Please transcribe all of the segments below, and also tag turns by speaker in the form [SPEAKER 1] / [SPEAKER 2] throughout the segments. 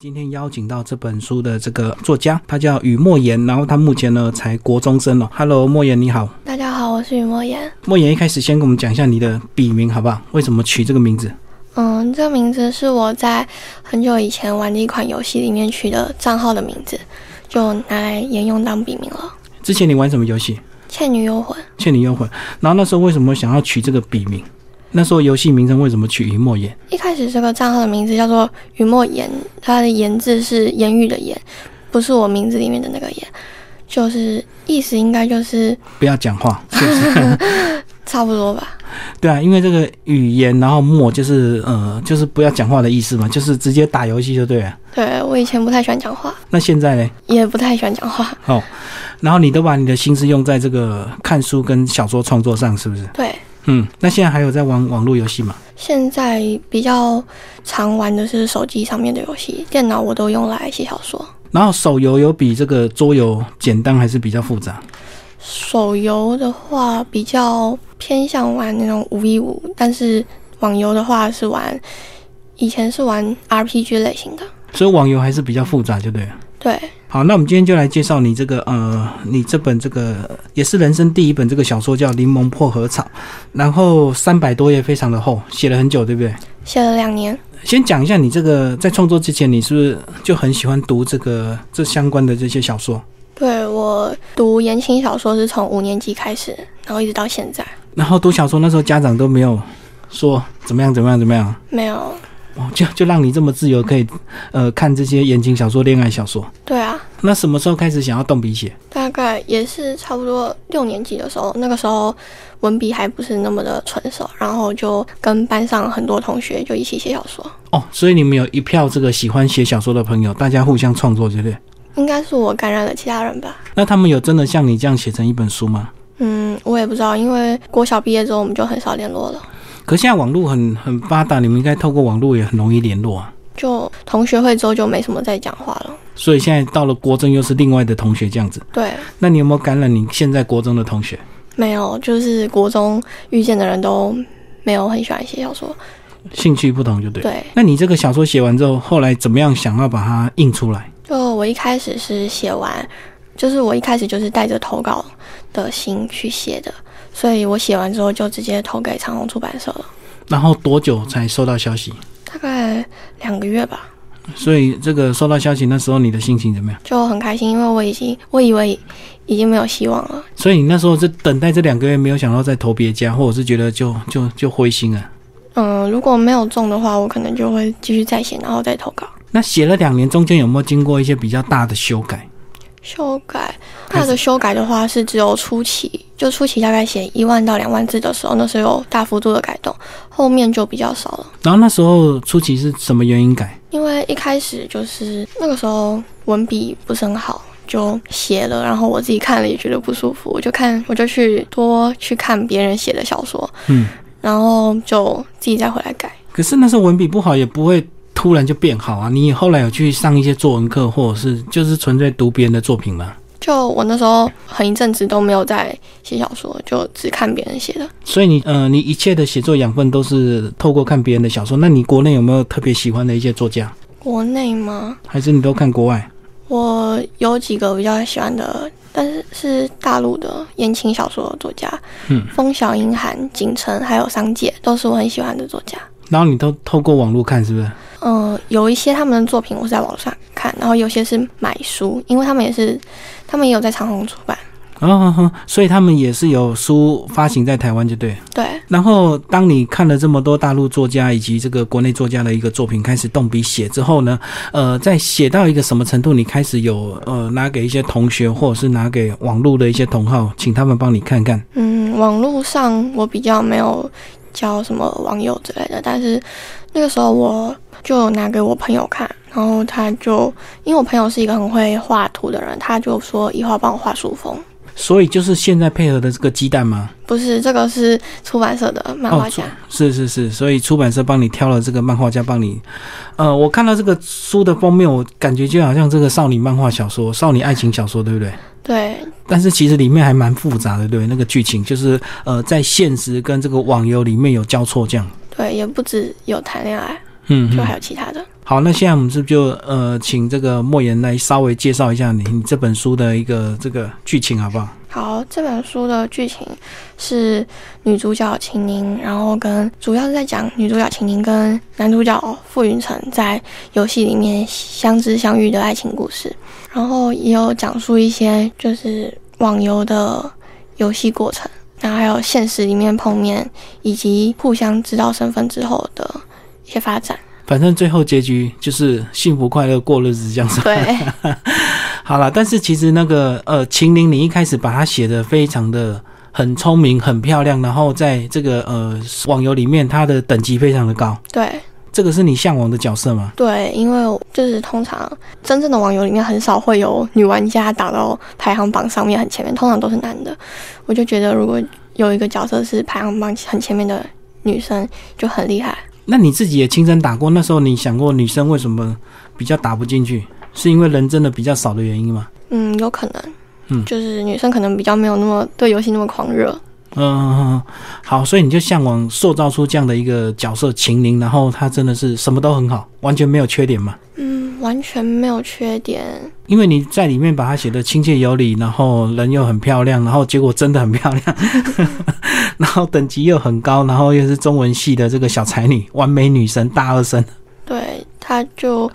[SPEAKER 1] 今天邀请到这本书的这个作家，他叫雨莫言，然后他目前呢才国中生哦。Hello，莫言你好，
[SPEAKER 2] 大家好，我是雨莫言。
[SPEAKER 1] 莫言一开始先跟我们讲一下你的笔名好不好？为什么取这个名字？
[SPEAKER 2] 嗯，这个名字是我在很久以前玩的一款游戏里面取的账号的名字，就拿来沿用当笔名了。
[SPEAKER 1] 之前你玩什么游戏？
[SPEAKER 2] 倩女幽魂，
[SPEAKER 1] 《倩女幽魂》，然后那时候为什么想要取这个笔名？那时候游戏名称为什么取雨莫言？
[SPEAKER 2] 一开始这个账号的名字叫做雨莫言，它的言字是言语的言，不是我名字里面的那个言，就是意思应该就是
[SPEAKER 1] 不要讲话，是不是？
[SPEAKER 2] 差不多吧。
[SPEAKER 1] 对啊，因为这个语言，然后莫就是呃，就是不要讲话的意思嘛，就是直接打游戏就对了。
[SPEAKER 2] 对我以前不太喜欢讲话，
[SPEAKER 1] 那现在呢？
[SPEAKER 2] 也不太喜欢讲话。
[SPEAKER 1] 哦，然后你都把你的心思用在这个看书跟小说创作上，是不是？
[SPEAKER 2] 对，
[SPEAKER 1] 嗯，那现在还有在玩网络游戏吗？
[SPEAKER 2] 现在比较常玩的是手机上面的游戏，电脑我都用来写小说。
[SPEAKER 1] 然后手游有比这个桌游简单还是比较复杂？
[SPEAKER 2] 手游的话比较偏向玩那种五 v 五，但是网游的话是玩，以前是玩 RPG 类型的。
[SPEAKER 1] 所以网游还是比较复杂，就对了。
[SPEAKER 2] 对，
[SPEAKER 1] 好，那我们今天就来介绍你这个呃，你这本这个也是人生第一本这个小说叫《柠檬薄荷草》，然后三百多页，非常的厚，写了很久，对不对？
[SPEAKER 2] 写了两年。
[SPEAKER 1] 先讲一下你这个在创作之前，你是不是就很喜欢读这个这相关的这些小说？
[SPEAKER 2] 对我读言情小说是从五年级开始，然后一直到现在，
[SPEAKER 1] 然后读小说那时候家长都没有说怎么样怎么样怎么样，
[SPEAKER 2] 没有。
[SPEAKER 1] 哦，就就让你这么自由，可以呃看这些言情小说、恋爱小说。
[SPEAKER 2] 对啊，
[SPEAKER 1] 那什么时候开始想要动笔写？
[SPEAKER 2] 大概也是差不多六年级的时候，那个时候文笔还不是那么的纯熟，然后就跟班上很多同学就一起写小说。
[SPEAKER 1] 哦，所以你们有一票这个喜欢写小说的朋友，大家互相创作，对不对？
[SPEAKER 2] 应该是我感染了其他人吧。
[SPEAKER 1] 那他们有真的像你这样写成一本书吗？
[SPEAKER 2] 嗯，我也不知道，因为国小毕业之后我们就很少联络了，
[SPEAKER 1] 可现在网络很很发达，你们应该透过网络也很容易联络啊。
[SPEAKER 2] 就同学会之后就没什么再讲话了。
[SPEAKER 1] 所以现在到了国中又是另外的同学这样子，
[SPEAKER 2] 对，
[SPEAKER 1] 那你有没有感染你现在国中的同学？
[SPEAKER 2] 没有，就是国中遇见的人都没有很喜欢写小说。
[SPEAKER 1] 兴趣不同就对。
[SPEAKER 2] 对，
[SPEAKER 1] 那你这个小说写完之后，后来怎么样想要把它印出来？
[SPEAKER 2] 就我一开始是写完，就是我一开始就是带着投稿的心去写的，所以我写完之后就直接投给长虹出版社了，
[SPEAKER 1] 然后多久才收到消息？
[SPEAKER 2] 大概两个月吧，
[SPEAKER 1] 所以这个收到消息那时候你的心情怎么样？
[SPEAKER 2] 就很开心，因为我已经 我以为已经没有希望了。
[SPEAKER 1] 所以你那时候是等待这两个月，没有想到再投别家，或者是觉得就就就灰心啊？
[SPEAKER 2] 嗯，如果没有中的话，我可能就会继续再写，然后再投稿。
[SPEAKER 1] 那写了两年，中间有没有经过一些比较大的修改？
[SPEAKER 2] 修改
[SPEAKER 1] 还
[SPEAKER 2] 大
[SPEAKER 1] 是
[SPEAKER 2] 的修改的话是只有初期，就初期大概写一万到两万字的时候，那时候有大幅度的改动，后面就比较少了。
[SPEAKER 1] 然后那时候初期是什么原因改？
[SPEAKER 2] 因为一开始就是那个时候文笔不是很好，就写了，然后我自己看了也觉得不舒服，我就看我就去多去看别人写的小说，
[SPEAKER 1] 嗯，
[SPEAKER 2] 然后就自己再回来改。
[SPEAKER 1] 可是那时候文笔不好，也不会突然就变好啊。你后来有去上一些作文课，或者是就是纯粹读别人的作品吗？
[SPEAKER 2] 就我那时候很一阵子都没有在写小说，就只看别人写的。
[SPEAKER 1] 所以你呃，你一切的写作养分都是透过看别人的小说。那你国内有没有特别喜欢的一些作家？
[SPEAKER 2] 国内吗？
[SPEAKER 1] 还是你都看国外？
[SPEAKER 2] 我有几个比较喜欢的，但是是大陆的言情小说作家，
[SPEAKER 1] 嗯，
[SPEAKER 2] 风小银寒、景城还有商界都是我很喜欢的作家。
[SPEAKER 1] 然后你都透过网络看，是不是？
[SPEAKER 2] 嗯、有一些他们的作品我是在网上看，然后有些是买书，因为他们也是，他们也有在长虹出版。
[SPEAKER 1] 哦，哦所以他们也是有书发行在台湾，就对了。
[SPEAKER 2] 对，
[SPEAKER 1] 然后，当你看了这么多大陆作家以及这个国内作家的一个作品，开始动笔写之后呢，呃，在写到一个什么程度，你开始有呃拿给一些同学，或者是拿给网络的一些同好，请他们帮你看看。
[SPEAKER 2] 嗯，网络上我比较没有交什么网友之类的，但是那个时候我就有拿给我朋友看，然后他就因为我朋友是一个很会画图的人，他就说以后要帮我画书封。
[SPEAKER 1] 所以就是现在配合的这个鸡蛋吗？
[SPEAKER 2] 不是，这个是出版社的漫画家。
[SPEAKER 1] 是是是，所以出版社帮你挑了这个漫画家，帮你，呃，我看到这个书的封面，我感觉就好像这个少女漫画小说、少女爱情小说，对不对？
[SPEAKER 2] 对
[SPEAKER 1] 但是其实里面还蛮复杂的，对不对？那个剧情就是呃，在现实跟这个网游里面有交错，这样。
[SPEAKER 2] 对，也不只有谈恋爱，
[SPEAKER 1] 嗯，
[SPEAKER 2] 就
[SPEAKER 1] 嗯
[SPEAKER 2] 还有其他的。
[SPEAKER 1] 好，那现在我们是不是就呃，请这个莫言来稍微介绍一下你你这本书的一个这个剧情好不好？
[SPEAKER 2] 好，这本书的剧情是女主角秦宁，然后跟主要是在讲女主角秦宁跟男主角傅云成在游戏里面相知相遇的爱情故事，然后也有讲述一些就是网游的游戏过程，然后还有现实里面碰面，以及互相知道身份之后的一些发展。
[SPEAKER 1] 反正最后结局就是幸福快乐过日子这样子。
[SPEAKER 2] 对，
[SPEAKER 1] 好了，但是其实那个呃，秦岭，你一开始把它写的非常的很聪明、很漂亮，然后在这个呃网游里面，它的等级非常的高，
[SPEAKER 2] 对，
[SPEAKER 1] 这个是你向往的角色吗？
[SPEAKER 2] 对，因为我就是通常真正的网游里面很少会有女玩家打到排行榜上面很前面，通常都是男的。我就觉得如果有一个角色是排行榜很前面的女生，就很厉害。
[SPEAKER 1] 那你自己也亲身打过，那时候你想过女生为什么比较打不进去，是因为人真的比较少的原因吗？
[SPEAKER 2] 嗯，有可能，
[SPEAKER 1] 嗯
[SPEAKER 2] 就是女生可能比较没有那么对游戏那么狂热。
[SPEAKER 1] 嗯，好，所以你就向往塑造出这样的一个角色秦岭，然后她真的是什么都很好，完全没有缺点嘛。
[SPEAKER 2] 嗯，完全没有缺点。
[SPEAKER 1] 因为你在里面把它写的亲切有礼，然后人又很漂亮，然后结果真的很漂亮， 然后等级又很高，然后又是中文系的这个小才女，完美女神大二生，
[SPEAKER 2] 对，她就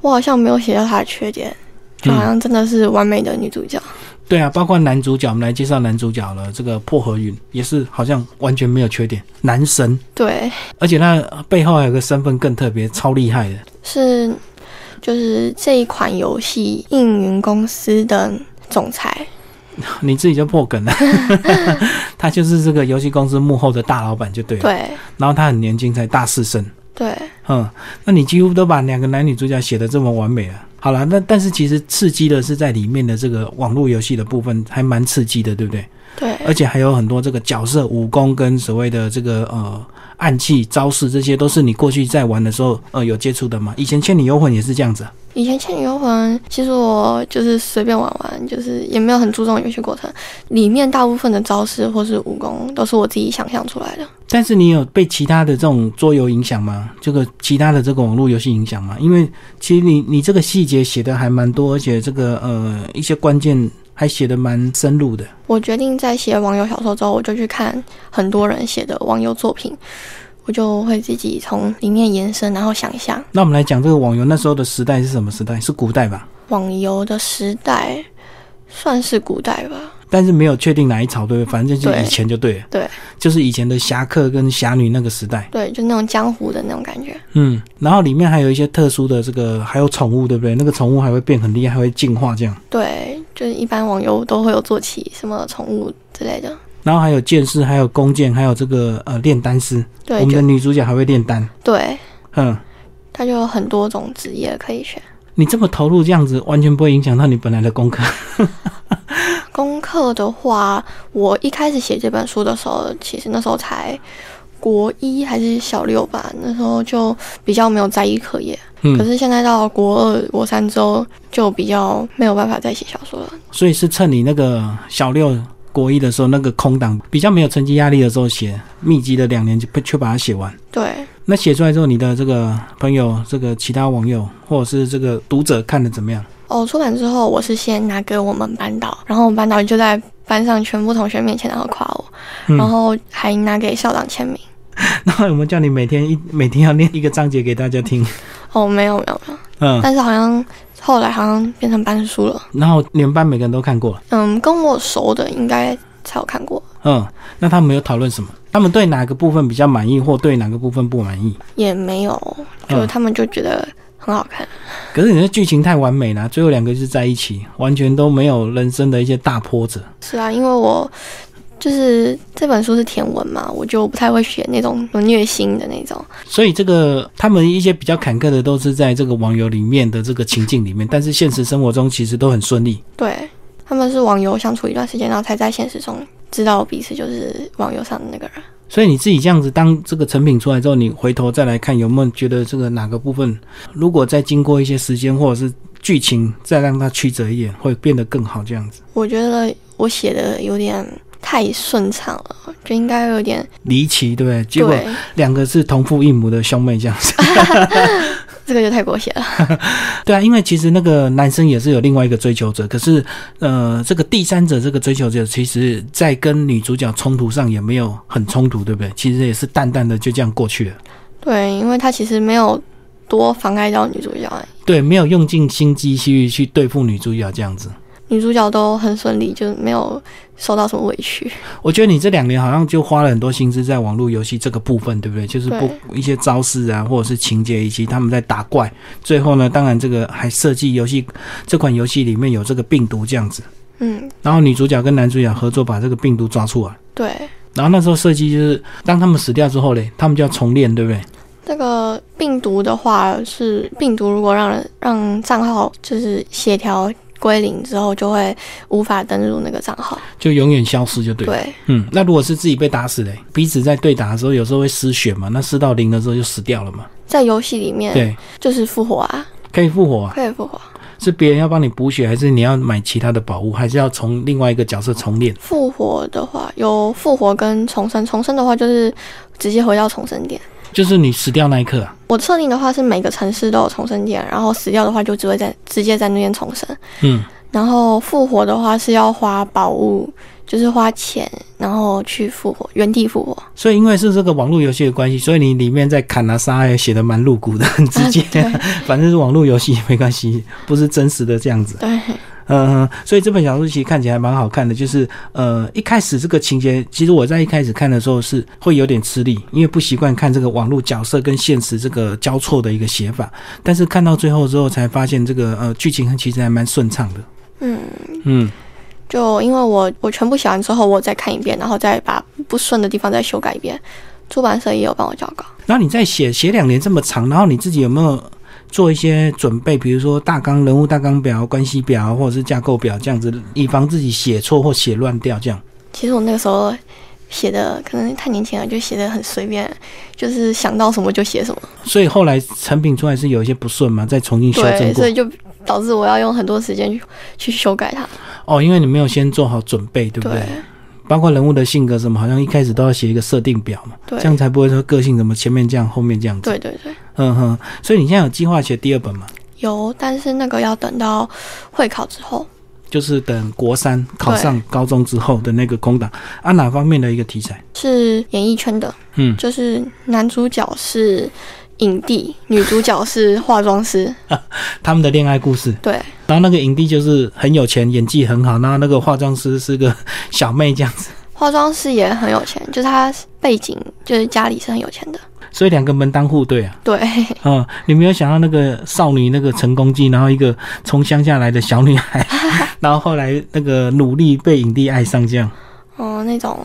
[SPEAKER 2] 我好像没有写到她的缺点，就
[SPEAKER 1] 嗯
[SPEAKER 2] 好像真的是完美的女主角。
[SPEAKER 1] 对啊，包括男主角，我们来介绍男主角了，这个薄荷云也是好像完全没有缺点，男神，
[SPEAKER 2] 对，
[SPEAKER 1] 而且他背后还有个身份更特别，超厉害的，
[SPEAKER 2] 是就是这一款游戏应云公司的总裁。
[SPEAKER 1] 你自己就破梗了，他就是这个游戏公司幕后的大老板就对了，
[SPEAKER 2] 对
[SPEAKER 1] 然后他很年轻，才大四生。
[SPEAKER 2] 对，
[SPEAKER 1] 嗯，那你几乎都把两个男女主角写的这么完美了。好了，那但是其实刺激的是在里面的这个网络游戏的部分，还蛮刺激的，对不对？
[SPEAKER 2] 对
[SPEAKER 1] 而且还有很多这个角色武功跟所谓的这个呃暗器招式，这些都是你过去在玩的时候呃有接触的嘛。以前《倩女幽魂》也是这样子啊、
[SPEAKER 2] 以前《倩女幽魂》其实我就是随便玩玩，就是也没有很注重游戏过程，里面大部分的招式或是武功都是我自己想象出来的。
[SPEAKER 1] 但是你有被其他的这种桌游影响吗？这个其他的这个网络游戏影响吗？因为其实你你这个细节写的还蛮多，而且这个呃一些关键还写的蛮深入的。
[SPEAKER 2] 我决定在写网游小说之后，我就去看很多人写的网游作品，我就会自己从里面延伸，然后想象
[SPEAKER 1] 那我们来讲这个网游那时候的时代是什么时代？是古代吧？
[SPEAKER 2] 网游的时代，算是古代吧。
[SPEAKER 1] 但是没有确定哪一朝，对不对？反正就是
[SPEAKER 2] 对
[SPEAKER 1] 以前就对了。
[SPEAKER 2] 对，
[SPEAKER 1] 就是以前的侠客跟侠女那个时代。
[SPEAKER 2] 对，就那种江湖的那种感觉。
[SPEAKER 1] 嗯，然后里面还有一些特殊的这个，还有宠物，对不对？那个宠物还会变很厉害，还会进化这样。
[SPEAKER 2] 对，就是一般网游都会有做起什么宠物之类的。
[SPEAKER 1] 然后还有剑士，还有弓箭，还有这个呃炼丹师。我
[SPEAKER 2] 对，
[SPEAKER 1] 们
[SPEAKER 2] 就
[SPEAKER 1] 的女主角还会炼丹。
[SPEAKER 2] 对，
[SPEAKER 1] 嗯，
[SPEAKER 2] 它就有很多种职业可以选。
[SPEAKER 1] 你这么投入这样子，完全不会影响到你本来的功课。
[SPEAKER 2] 功课的话，我一开始写这本书的时候，其实那时候才国一还是小六吧，那时候就比较没有在意课业。可
[SPEAKER 1] 嗯，
[SPEAKER 2] 是现在到国二、国三之后，就比较没有办法再写小说了。
[SPEAKER 1] 所以是趁你那个小六国一的时候，那个空档比较没有成绩压力的时候写，密集的两年就就把它写完。
[SPEAKER 2] 对，
[SPEAKER 1] 那写出来之后，你的这个朋友、这个其他网友或者是这个读者看的怎么样？
[SPEAKER 2] 哦，出版之后，我是先拿给我们班导，然后我们班导就在班上全部同学面前，然后夸我，
[SPEAKER 1] 嗯
[SPEAKER 2] 然后还拿给校长签名。
[SPEAKER 1] 那我们叫你每天一每天要念一个章节给大家听，
[SPEAKER 2] 哦，没有没有没有，
[SPEAKER 1] 嗯，
[SPEAKER 2] 但是好像后来好像变成班书了。
[SPEAKER 1] 然后你们班每个人都看过了，
[SPEAKER 2] 嗯，跟我熟的应该才有看过，
[SPEAKER 1] 嗯，那他们有讨论什么？他们对哪个部分比较满意，或对哪个部分不满意？
[SPEAKER 2] 也没有，就
[SPEAKER 1] 嗯
[SPEAKER 2] 他们就觉得很好看。
[SPEAKER 1] 可是你的剧情太完美了，最后两个就是在一起，完全都没有人生的一些大波折。
[SPEAKER 2] 是啊，因为我就是这本书是甜文嘛，我就不太会写那种有虐心的那种。
[SPEAKER 1] 所以这个他们一些比较坎坷的都是在这个网游里面的这个情境里面，但是现实生活中其实都很顺利。
[SPEAKER 2] 对，他们是网游相处一段时间，然后才在现实中知道彼此就是网游上的那个人。
[SPEAKER 1] 所以你自己这样子，当这个成品出来之后，你回头再来看，有没有觉得这个哪个部分，如果再经过一些时间或者是剧情，再让它曲折一点，会变得更好这样子？
[SPEAKER 2] 我觉得我写的有点太顺畅了，就应该有点
[SPEAKER 1] 离奇，对不对？结果
[SPEAKER 2] 对
[SPEAKER 1] 两个是同父异母的兄妹这样子，
[SPEAKER 2] 这个就太狗血了。
[SPEAKER 1] 对啊，因为其实那个男生也是有另外一个追求者，可是呃，这个第三者这个追求者，其实在跟女主角冲突上也没有很冲突，对不对？其实也是淡淡的就这样过去了。
[SPEAKER 2] 对，因为他其实没有多妨碍到女主角、欸，
[SPEAKER 1] 对，没有用尽心机去去对付女主角这样子。
[SPEAKER 2] 女主角都很顺利，就没有受到什么委屈。
[SPEAKER 1] 我觉得你这两年好像就花了很多心思在网络游戏这个部分，对不对？就是不
[SPEAKER 2] 对
[SPEAKER 1] 一些招式啊，或者是情节，以及他们在打怪。最后呢，当然这个还设计游戏这款游戏里面有这个病毒这样子，
[SPEAKER 2] 嗯，
[SPEAKER 1] 然后女主角跟男主角合作把这个病毒抓出来。
[SPEAKER 2] 对，
[SPEAKER 1] 然后那时候设计就是，当他们死掉之后嘞，他们就要重练，对不对？
[SPEAKER 2] 这个病毒的话是病毒，如果让人让账号就是协调归零之后，就会无法登录那个账号。
[SPEAKER 1] 就永远消失就对。
[SPEAKER 2] 对，
[SPEAKER 1] 嗯，那如果是自己被打死嘞，彼此在对打的时候，有时候会失血嘛，那失到零的时候就死掉了嘛。
[SPEAKER 2] 在游戏里面
[SPEAKER 1] 对，
[SPEAKER 2] 就是复活啊，
[SPEAKER 1] 可以复活啊，
[SPEAKER 2] 可以复活。
[SPEAKER 1] 是别人要帮你补血，还是你要买其他的宝物，还是要从另外一个角色重练？
[SPEAKER 2] 复活的话有复活跟重生，重生的话就是直接回到重生点。
[SPEAKER 1] 就是你死掉那一刻啊，
[SPEAKER 2] 我设定的话是每个城市都有重生点，然后死掉的话就只会在直接在那边重生。
[SPEAKER 1] 嗯，
[SPEAKER 2] 然后复活的话是要花宝物，就是花钱，然后去复活，原地复活。
[SPEAKER 1] 所以因为是这个网络游戏的关系，所以你里面在砍啊杀也写的蛮露骨的，很直接。
[SPEAKER 2] 啊
[SPEAKER 1] 反正是网络游戏没关系，不是真实的这样子。
[SPEAKER 2] 对对
[SPEAKER 1] 嗯，所以这本小说其实看起来蛮好看的，就是呃一开始这个情节，其实我在一开始看的时候是会有点吃力，因为不习惯看这个网络角色跟现实这个交错的一个写法，但是看到最后之后才发现这个呃剧情其实还蛮顺畅的。
[SPEAKER 2] 嗯，
[SPEAKER 1] 嗯，
[SPEAKER 2] 就因为我我全部写完之后，我再看一遍，然后再把不顺的地方再修改一遍。出版社也有帮我校稿，
[SPEAKER 1] 然后你再写写两年这么长，然后你自己有没有做一些准备，比如说大纲、人物大纲表、关系表或者是架构表这样子，以防自己写错或写乱掉这样？
[SPEAKER 2] 其实我那个时候写的可能太年轻了，就写的很随便，就是想到什么就写什么。
[SPEAKER 1] 所以后来成品出来是有一些不顺嘛，再重新修正
[SPEAKER 2] 对，
[SPEAKER 1] 过
[SPEAKER 2] 所以。就导致我要用很多时间去去修改它。
[SPEAKER 1] 哦，因为你没有先做好准备，对不对？
[SPEAKER 2] 对
[SPEAKER 1] 包括人物的性格什么，好像一开始都要写一个设定表嘛，
[SPEAKER 2] 对
[SPEAKER 1] 这样才不会说个性怎么前面这样，后面这样子。
[SPEAKER 2] 对对对，
[SPEAKER 1] 嗯哼，所以你现在有计划写第二本嘛？
[SPEAKER 2] 有，但是那个要等到会考之后。
[SPEAKER 1] 就是等国三考
[SPEAKER 2] 对
[SPEAKER 1] 上高中之后的那个空档，啊，哪方面的一个题材？
[SPEAKER 2] 是演艺圈的，
[SPEAKER 1] 嗯，
[SPEAKER 2] 就是男主角是影帝，女主角是化妆师。
[SPEAKER 1] 他们的恋爱故事。
[SPEAKER 2] 对
[SPEAKER 1] 然后那个影帝就是很有钱，演技很好，然后那个化妆师是个 小妹这样子，
[SPEAKER 2] 化妆师也很有钱，就是他背景就是家里是很有钱的。
[SPEAKER 1] 所以两个门当户对啊。
[SPEAKER 2] 对
[SPEAKER 1] 嗯，你没有想到那个少女那个成功记，然后一个从乡下来的小女 孩，然后后来那个努力被影帝爱上这样。
[SPEAKER 2] 哦、那种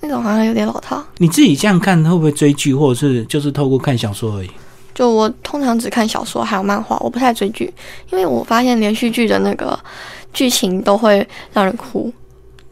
[SPEAKER 2] 那种好像有点老套。
[SPEAKER 1] 你自己这样看会不会追剧，或者是就是透过看小说而已？
[SPEAKER 2] 就我通常只看小说还有漫画，我不太追剧，因为我发现连续剧的那个剧情都会让人哭。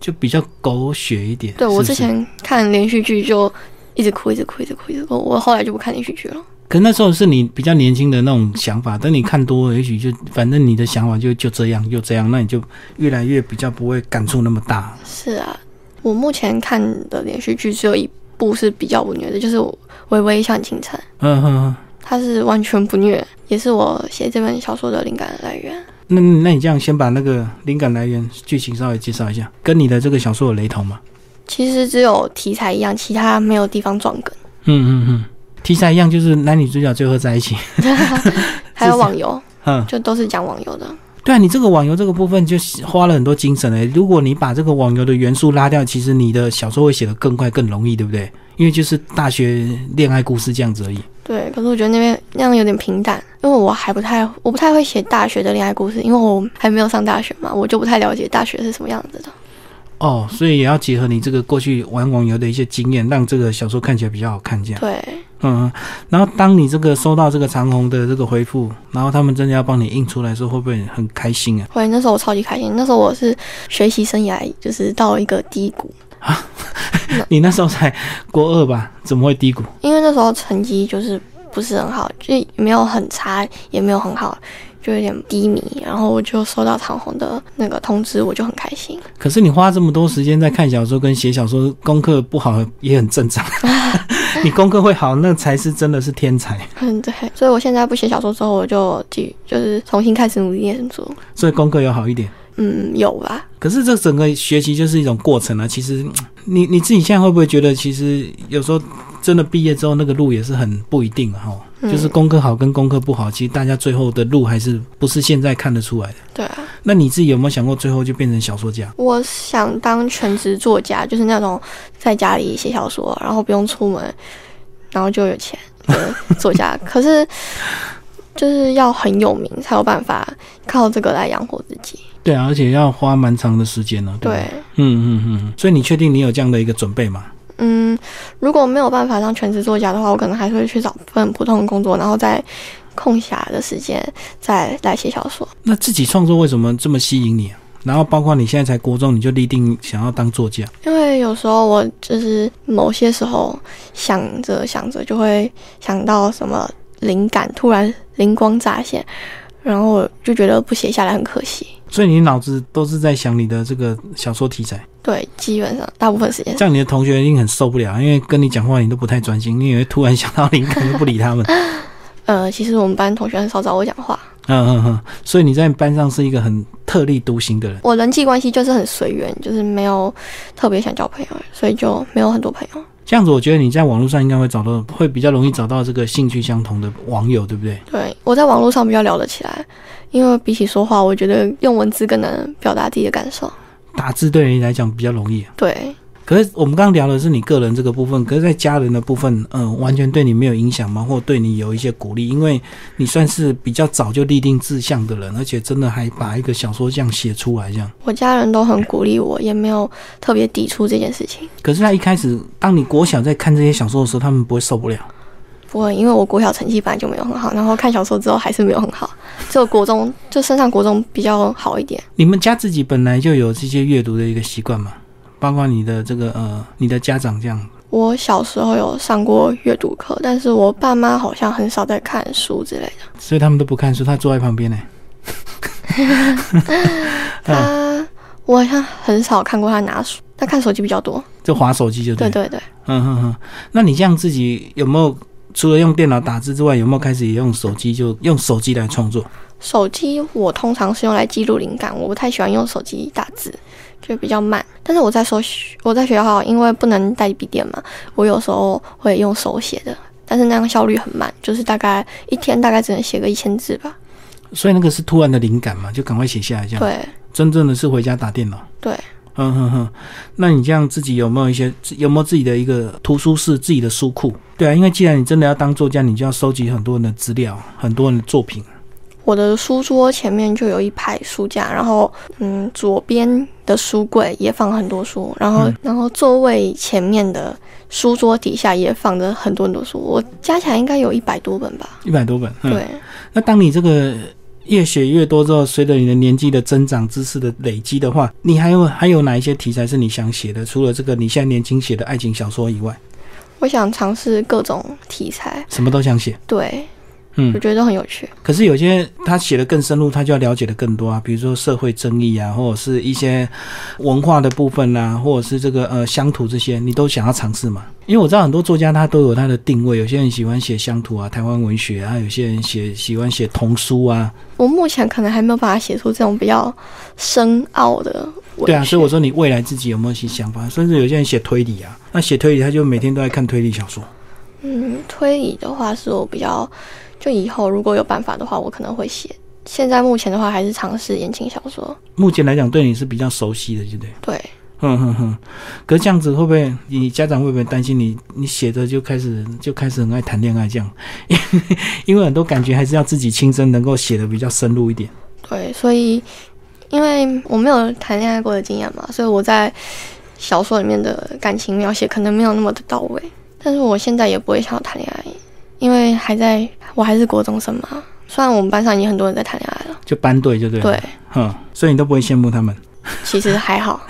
[SPEAKER 1] 就比较狗血一点。
[SPEAKER 2] 对
[SPEAKER 1] 是
[SPEAKER 2] 我
[SPEAKER 1] 不是
[SPEAKER 2] 之，前看连续剧就一直哭，一直哭，一直哭，一直哭。我后来就不看连续剧了。
[SPEAKER 1] 可那时候是你比较年轻的那种想法，等你看多了，也许就反正你的想法就就这样又这样，那你就越来越比较不会感触那么大。
[SPEAKER 2] 是啊，我目前看的连续剧只有一部是比较不虐的，就是《微微向清晨》，
[SPEAKER 1] 嗯哼哼，
[SPEAKER 2] 它是完全不虐，也是我写这本小说的灵感来源。
[SPEAKER 1] 那那你这样先把那个灵感来源、剧情稍微介绍一下，跟你的这个小说有雷同吗？
[SPEAKER 2] 其实只有题材一样，其他没有地方撞梗，
[SPEAKER 1] 嗯嗯嗯，题材一样，就是男女主角最后在一起。
[SPEAKER 2] 还有网游，
[SPEAKER 1] 嗯，
[SPEAKER 2] 就都是讲网游的。
[SPEAKER 1] 对啊，你这个网游这个部分就花了很多精神诶、如果你把这个网游的元素拉掉，其实你的小说会写得更快、更容易，对不对？因为就是大学恋爱故事这样子而已。
[SPEAKER 2] 对，可是我觉得那边那样有点平淡，因为我还不太我不太会写大学的恋爱故事，因为我还没有上大学嘛，我就不太了解大学是什么样子的。
[SPEAKER 1] 哦，所以也要结合你这个过去玩网游的一些经验，让这个小说看起来比较好看，这样。
[SPEAKER 2] 对，
[SPEAKER 1] 嗯，然后当你这个收到这个长虹的这个回复，然后他们真的要帮你印出来的时候，会不会很开心啊？
[SPEAKER 2] 会那时候我超级开心，那时候我是学习生涯就是到一个低谷，
[SPEAKER 1] 你那时候才国二吧，怎么会低谷？
[SPEAKER 2] 因为那时候成绩就是不是很好，就没有很差，也没有很好，就有点低迷，然后我就收到长虹的那个通知，我就很开心。
[SPEAKER 1] 可是你花这么多时间在看小说跟写小说，功课不好也很正常。你功课会好，那才是真的是天才。
[SPEAKER 2] 嗯，对，所以我现在不写小说之后，我就继就是重新开始努力念书。
[SPEAKER 1] 所以功课有好一点。
[SPEAKER 2] 嗯，有吧？
[SPEAKER 1] 可是这整个学习就是一种过程啊。其实嗯你你自己现在会不会觉得，其实有时候真的毕业之后那个路也是很不一定哈、哦。
[SPEAKER 2] 嗯
[SPEAKER 1] 就是功课好跟功课不好，其实大家最后的路还是不是现在看得出来的。
[SPEAKER 2] 对啊，
[SPEAKER 1] 那你自己有没有想过，最后就变成小说家？
[SPEAKER 2] 我想当全职作家，就是那种在家里写小说，然后不用出门，然后就有钱的作 家。可是就是要很有名才有办法靠这个来养活自己。
[SPEAKER 1] 对啊，而且要花蛮长的时间呢、啊对吧
[SPEAKER 2] 对，
[SPEAKER 1] 嗯嗯嗯嗯。所以你确定你有这样的一个准备吗？
[SPEAKER 2] 嗯，如果没有办法当全职作家的话，我可能还是会去找份普通的工作，然后在空暇的时间再来写小说。
[SPEAKER 1] 那自己创作为什么这么吸引你啊、然后包括你现在才国中，你就立定想要当作家，
[SPEAKER 2] 因为有时候我就是某些时候想着想着就会想到什么灵感，突然灵光乍现，然后我就觉得不写下来很可惜。
[SPEAKER 1] 所以你脑子都是在想你的这个小说题材。
[SPEAKER 2] 对，基本上大部分时间
[SPEAKER 1] 这样你的同学一定很受不了，因为跟你讲话你都不太专心，你也会突然想到灵感就不理他们。
[SPEAKER 2] 呃，其实我们班同学很少找我讲话，
[SPEAKER 1] 嗯嗯嗯，所以你在班上是一个很特立独行的人。
[SPEAKER 2] 我人际关系就是很随缘，就是没有特别想交朋友，所以就没有很多朋友。
[SPEAKER 1] 这样子，我觉得你在网络上应该会找到，会比较容易找到这个兴趣相同的网友，对不对？
[SPEAKER 2] 对我在网络上比较聊得起来，因为比起说话，我觉得用文字更能表达自己的感受。
[SPEAKER 1] 打字对你来讲比较容易、啊。
[SPEAKER 2] 对，
[SPEAKER 1] 可是我们刚刚聊的是你个人这个部分，可是在家人的部分，嗯、完全对你没有影响吗？或对你有一些鼓励？因为你算是比较早就立定志向的人，而且真的还把一个小说这样写出来，这样。
[SPEAKER 2] 我家人都很鼓励我，也没有特别抵触这件事情。
[SPEAKER 1] 可是他一开始，当你国小在看这些小说的时候，他们不会受不了。
[SPEAKER 2] 不会，因为我国小成绩本来就没有很好，然后看小说之后还是没有很好，只有国中就升上国中比较好一点。
[SPEAKER 1] 你们家自己本来就有这些阅读的一个习惯嘛，包括你的这个呃，你的家长这样。
[SPEAKER 2] 我小时候有上过阅读课，但是我爸妈好像很少在看书之类的。
[SPEAKER 1] 所以他们都不看书，他坐在旁边呢。
[SPEAKER 2] 他，啊我好像很少看过他拿书，他看手机比较多。
[SPEAKER 1] 就划手机就对
[SPEAKER 2] 对
[SPEAKER 1] 了。
[SPEAKER 2] 对对，
[SPEAKER 1] 嗯哼哼。那你这样自己有没有除了用电脑打字之外，有没有开始也用手机就用手机来创作？
[SPEAKER 2] 手机我通常是用来记录灵感，我不太喜欢用手机打字，就比较慢。但是我在说我在学校，因为不能带笔电嘛，我有时候会用手写的，但是那样效率很慢，就是大概一天大概只能写个一千字吧。
[SPEAKER 1] 所以那个是突然的灵感嘛，就赶快写下来这样。
[SPEAKER 2] 对，
[SPEAKER 1] 真正的是回家打电脑。
[SPEAKER 2] 对。
[SPEAKER 1] 嗯哼哼，那你这样自己有没有一些有没有自己的一个图书室、自己的书库？对啊，因为既然你真的要当作家，你就要收集很多人的资料、很多人的作品。
[SPEAKER 2] 我的书桌前面就有一排书架，然后嗯，左边的书柜也放很多书，然后、
[SPEAKER 1] 嗯
[SPEAKER 2] 然后座位前面的书桌底下也放着很多很多书，我加起来应该有一百多本吧。
[SPEAKER 1] 一百多本。嗯、
[SPEAKER 2] 对。
[SPEAKER 1] 那当你这个越写越多之后，随着你的年纪的增长、知识的累积的话，你还有还有哪一些题材是你想写的？除了这个你现在年轻写的爱情小说以外，
[SPEAKER 2] 我想尝试各种题材，
[SPEAKER 1] 什么都想写。
[SPEAKER 2] 对
[SPEAKER 1] 嗯
[SPEAKER 2] 我，觉得都很有趣。
[SPEAKER 1] 可是有些他写的更深入，他就要了解的更多啊，比如说社会争议啊，或者是一些文化的部分啊，或者是这个呃乡土这些，你都想要尝试嘛？因为我知道很多作家他都有他的定位，有些人喜欢写乡土啊、台湾文学啊，有些人写喜欢写童书啊，
[SPEAKER 2] 我目前可能还没有办法写出这种比较深奥的文学。
[SPEAKER 1] 对啊，所以我说你未来自己有没有一些想法？甚至有些人写推理啊，那写推理他就每天都在看推理小说。
[SPEAKER 2] 嗯，推理的话是我比较，就以后如果有办法的话，我可能会写。现在目前的话，还是尝试言情小说。
[SPEAKER 1] 目前来讲，对你是比较熟悉的，对不对？
[SPEAKER 2] 对，
[SPEAKER 1] 哼哼哼。可是这样子会不会，你家长会不会担心你？你写着就开始就开始很爱谈恋爱这样？ 因为因为很多感觉还是要自己亲身能够写的比较深入一点。
[SPEAKER 2] 对，所以因为我没有谈恋爱过的经验嘛，所以我在小说里面的感情描写可能没有那么的到位。但是我现在也不会想要谈恋爱，因为还在我还是国中生嘛。虽然我们班上已经很多人在谈恋爱了，
[SPEAKER 1] 就班队，就对。
[SPEAKER 2] 对，，
[SPEAKER 1] 哼，所以你都不会羡慕他们，
[SPEAKER 2] 其实还好，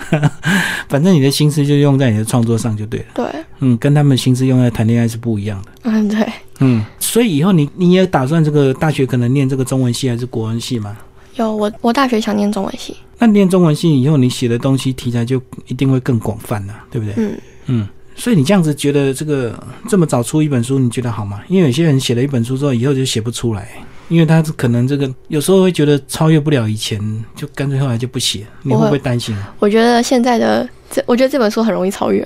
[SPEAKER 1] 反正你的心思就用在你的创作上就对了。
[SPEAKER 2] 对，
[SPEAKER 1] 嗯，跟他们心思用在谈恋爱是不一样的。
[SPEAKER 2] 嗯，对，
[SPEAKER 1] 嗯，所以以后你你也打算这个大学可能念这个中文系还是国文系吗？
[SPEAKER 2] 有我，我大学想念中文系，
[SPEAKER 1] 那念中文系以后，你写的东西题材就一定会更广泛了、对不对？
[SPEAKER 2] 嗯
[SPEAKER 1] 嗯，所以你这样子觉得这个这么早出一本书，你觉得好吗？因为有些人写了一本书之后，以后就写不出来，因为他可能这个有时候会觉得超越不了以前，就干脆后来就不写。你会不
[SPEAKER 2] 我
[SPEAKER 1] 会
[SPEAKER 2] 会
[SPEAKER 1] 担心？啊
[SPEAKER 2] 我觉得现在的这，我觉得这本书很容易超越。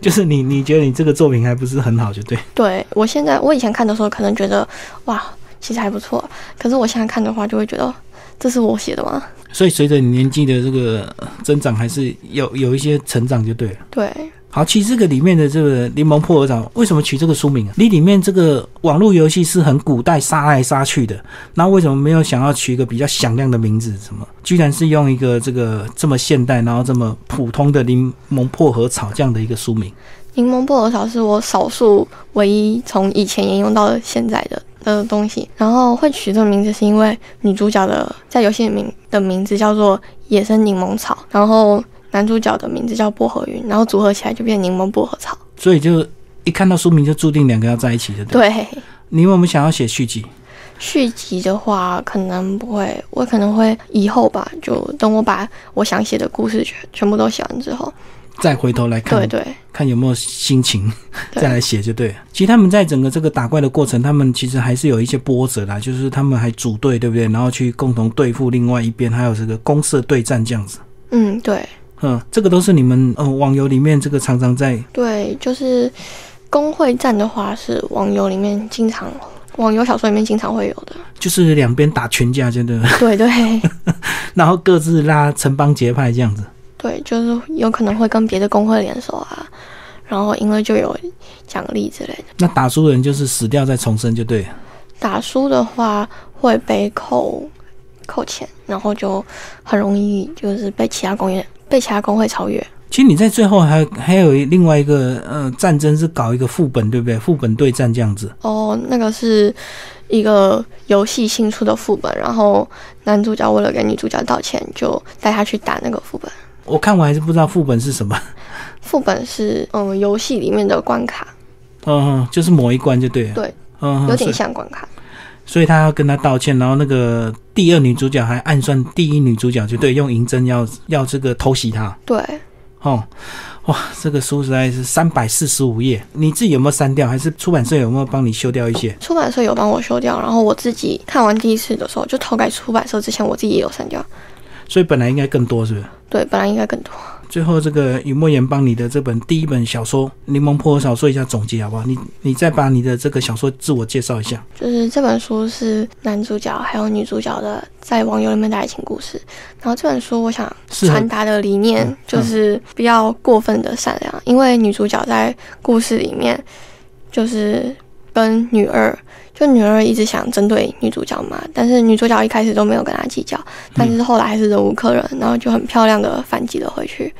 [SPEAKER 1] 就是你你觉得你这个作品还不是很好，就对。
[SPEAKER 2] 对我现在，我以前看的时候可能觉得哇，其实还不错，可是我现在看的话就会觉得，哦这是我写的吗？
[SPEAKER 1] 所以随着你年纪的这个呃增长，还是有有一些成长就对了。
[SPEAKER 2] 对，
[SPEAKER 1] 好，其实这个里面的这个《柠檬薄荷草》为什么取这个书名啊？你里面这个网络游戏是很古代杀来杀去的，那为什么没有想要取一个比较响亮的名字？什么？居然是用一个这个这么现代，然后这么普通的柠檬薄荷草这样的一个书名？
[SPEAKER 2] 柠檬薄荷草是我少数唯一从以前沿用到现在的的东西。然后会取这个名字是因为女主角的在游戏里名的名字叫做野生柠檬草，然后男主角的名字叫薄荷云，然后组合起来就变柠檬薄荷草。
[SPEAKER 1] 所以就一看到书名就注定两个要在一起的。 对，
[SPEAKER 2] 对，
[SPEAKER 1] 你有没有想要写续集？
[SPEAKER 2] 续集的话可能不会，我可能会以后吧，就等我把我想写的故事全全部都写完之后，
[SPEAKER 1] 再回头来看
[SPEAKER 2] 对对
[SPEAKER 1] 看有没有心情
[SPEAKER 2] 对
[SPEAKER 1] 再来写就对了。其实他们在整个这个打怪的过程，他们其实还是有一些波折啦，就是他们还组队，对不对？然后去共同对付另外一边，还有这个公社对战这样子。
[SPEAKER 2] 嗯对
[SPEAKER 1] 嗯，这个都是你们呃网游里面这个常常在
[SPEAKER 2] 对，就是工会战的话是网游里面经常，网游小说里面经常会有的，
[SPEAKER 1] 就是两边打群架，真的，
[SPEAKER 2] 对对
[SPEAKER 1] 然后各自拉城邦结派这样子。
[SPEAKER 2] 对，就是有可能会跟别的工会联手啊，然后赢了就有奖励之类的。
[SPEAKER 1] 那打输的人就是死掉再重生就对了。
[SPEAKER 2] 打输的话会被扣扣钱，然后就很容易就是被其他工业被其他工会超越。
[SPEAKER 1] 其实你在最后还还有另外一个呃战争是搞一个副本，对不对？副本对战这样子。
[SPEAKER 2] 哦，那个是一个游戏新出的副本，然后男主角为了给女主角道歉，就带她去打那个副本。
[SPEAKER 1] 我看我还是不知道副本是什么。
[SPEAKER 2] 副本是嗯游戏里面的关卡，
[SPEAKER 1] 嗯，嗯就是某一关就对了。
[SPEAKER 2] 对，
[SPEAKER 1] 嗯，嗯
[SPEAKER 2] 有
[SPEAKER 1] 所
[SPEAKER 2] 点
[SPEAKER 1] 以
[SPEAKER 2] 像关卡。
[SPEAKER 1] 所以他要跟他道歉，然后那个第二女主角还暗算第一女主角，就对，用银针要要这个偷袭她。
[SPEAKER 2] 对，
[SPEAKER 1] 哦，哇，这个书实在是三百四十五页，你自己有没有删掉？还是出版社有没有帮你修掉一些？
[SPEAKER 2] 出版社有帮我修掉，然后我自己看完第一次的时候，就投给出版社之前，我自己也有删掉。
[SPEAKER 1] 所以本来应该更多，是不是？
[SPEAKER 2] 对，本来应该更多。
[SPEAKER 1] 最后，这个雨墨言帮你的这本第一本小说《柠檬薄荷草》做一下总结，好不好？你你再把你的这个小说自我介绍一下。
[SPEAKER 2] 就是这本书是男主角还有女主角的在网游里面的爱情故事。然后这本书我想
[SPEAKER 1] 是
[SPEAKER 2] 传达的理念就是不要过分的善良，因为女主角在故事里面就是跟女二，就女二一直想针对女主角嘛，但是女主角一开始都没有跟她计较，但是后来还是忍无可忍，然后就很漂亮的反击了回去。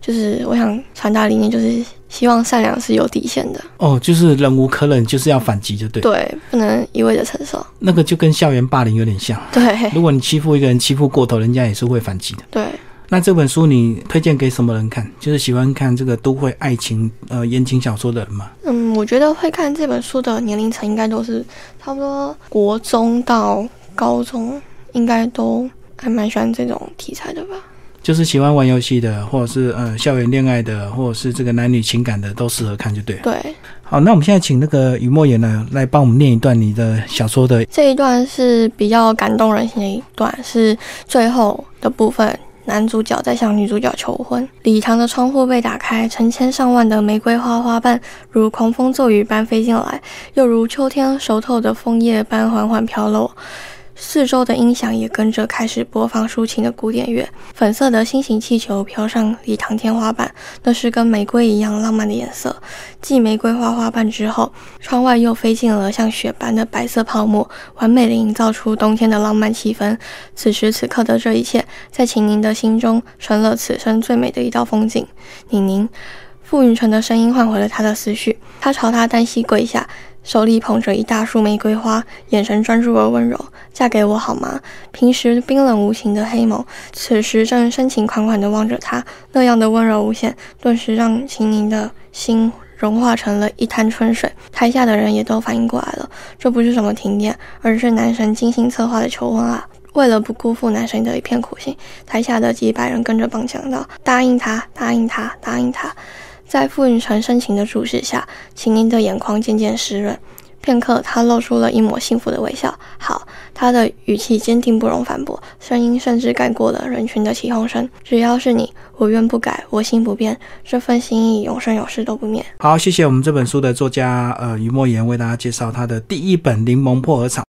[SPEAKER 2] 就是我想传达理念，就是希望善良是有底线的，
[SPEAKER 1] 哦，就是忍无可忍，就是要反击，就对。
[SPEAKER 2] 对，不能一味的承受，
[SPEAKER 1] 那个就跟校园霸凌有点像，
[SPEAKER 2] 对
[SPEAKER 1] 如果你欺负一个人欺负过头，人家也是会反击的。
[SPEAKER 2] 对。
[SPEAKER 1] 那这本书你推荐给什么人看？就是喜欢看这个都会爱情呃言情小说的人嘛。
[SPEAKER 2] 嗯，我觉得会看这本书的年龄层应该都是差不多国中到高中，应该都还蛮喜欢这种题材的吧。
[SPEAKER 1] 就是喜欢玩游戏的，或者是呃校园恋爱的，或者是这个男女情感的，都适合看就对了。
[SPEAKER 2] 对，
[SPEAKER 1] 好，那我们现在请那个雨墨言呢来帮我们念一段你的小说的。
[SPEAKER 2] 这一段是比较感动人心的一段，是最后的部分。男主角在向女主角求婚，礼堂的窗户被打开，成千上万的玫瑰花花瓣如狂风骤雨般飞进来，又如秋天熟透的枫叶般缓缓飘落。四周的音响也跟着开始播放抒情的古典乐，粉色的心形气球飘上礼堂天花板，那是跟玫瑰一样浪漫的颜色。继玫瑰花花瓣之后，窗外又飞进了像雪般的白色泡沫，完美的营造出冬天的浪漫气氛。此时此刻的这一切，在秦宁的心中成了此生最美的一道风景。宁宁，傅云晨的声音唤回了他的思绪，他朝他单膝跪下。手里捧着一大束玫瑰花，眼神专注而温柔。嫁给我好吗？平时冰冷无情的黑眸，此时正深情款款地望着他，那样的温柔无限，顿时让秦宁的心融化成了一滩春水。台下的人也都反应过来了，这不是什么停电，而是男神精心策划的求婚啊！为了不辜负男神的一片苦心，台下的几百人跟着帮腔道：“答应他，答应他，答应他！”在傅云成深情的注视下，秦宁的眼眶渐渐湿润。片刻，他露出了一抹幸福的微笑。好，他的语气坚定，不容反驳，声音甚至盖过了人群的起哄声。只要是你，我愿不改，我心不变，这份心意永生永世都不灭。
[SPEAKER 1] 好，谢谢我们这本书的作家呃于墨言为大家介绍他的第一本《柠檬薄荷草》。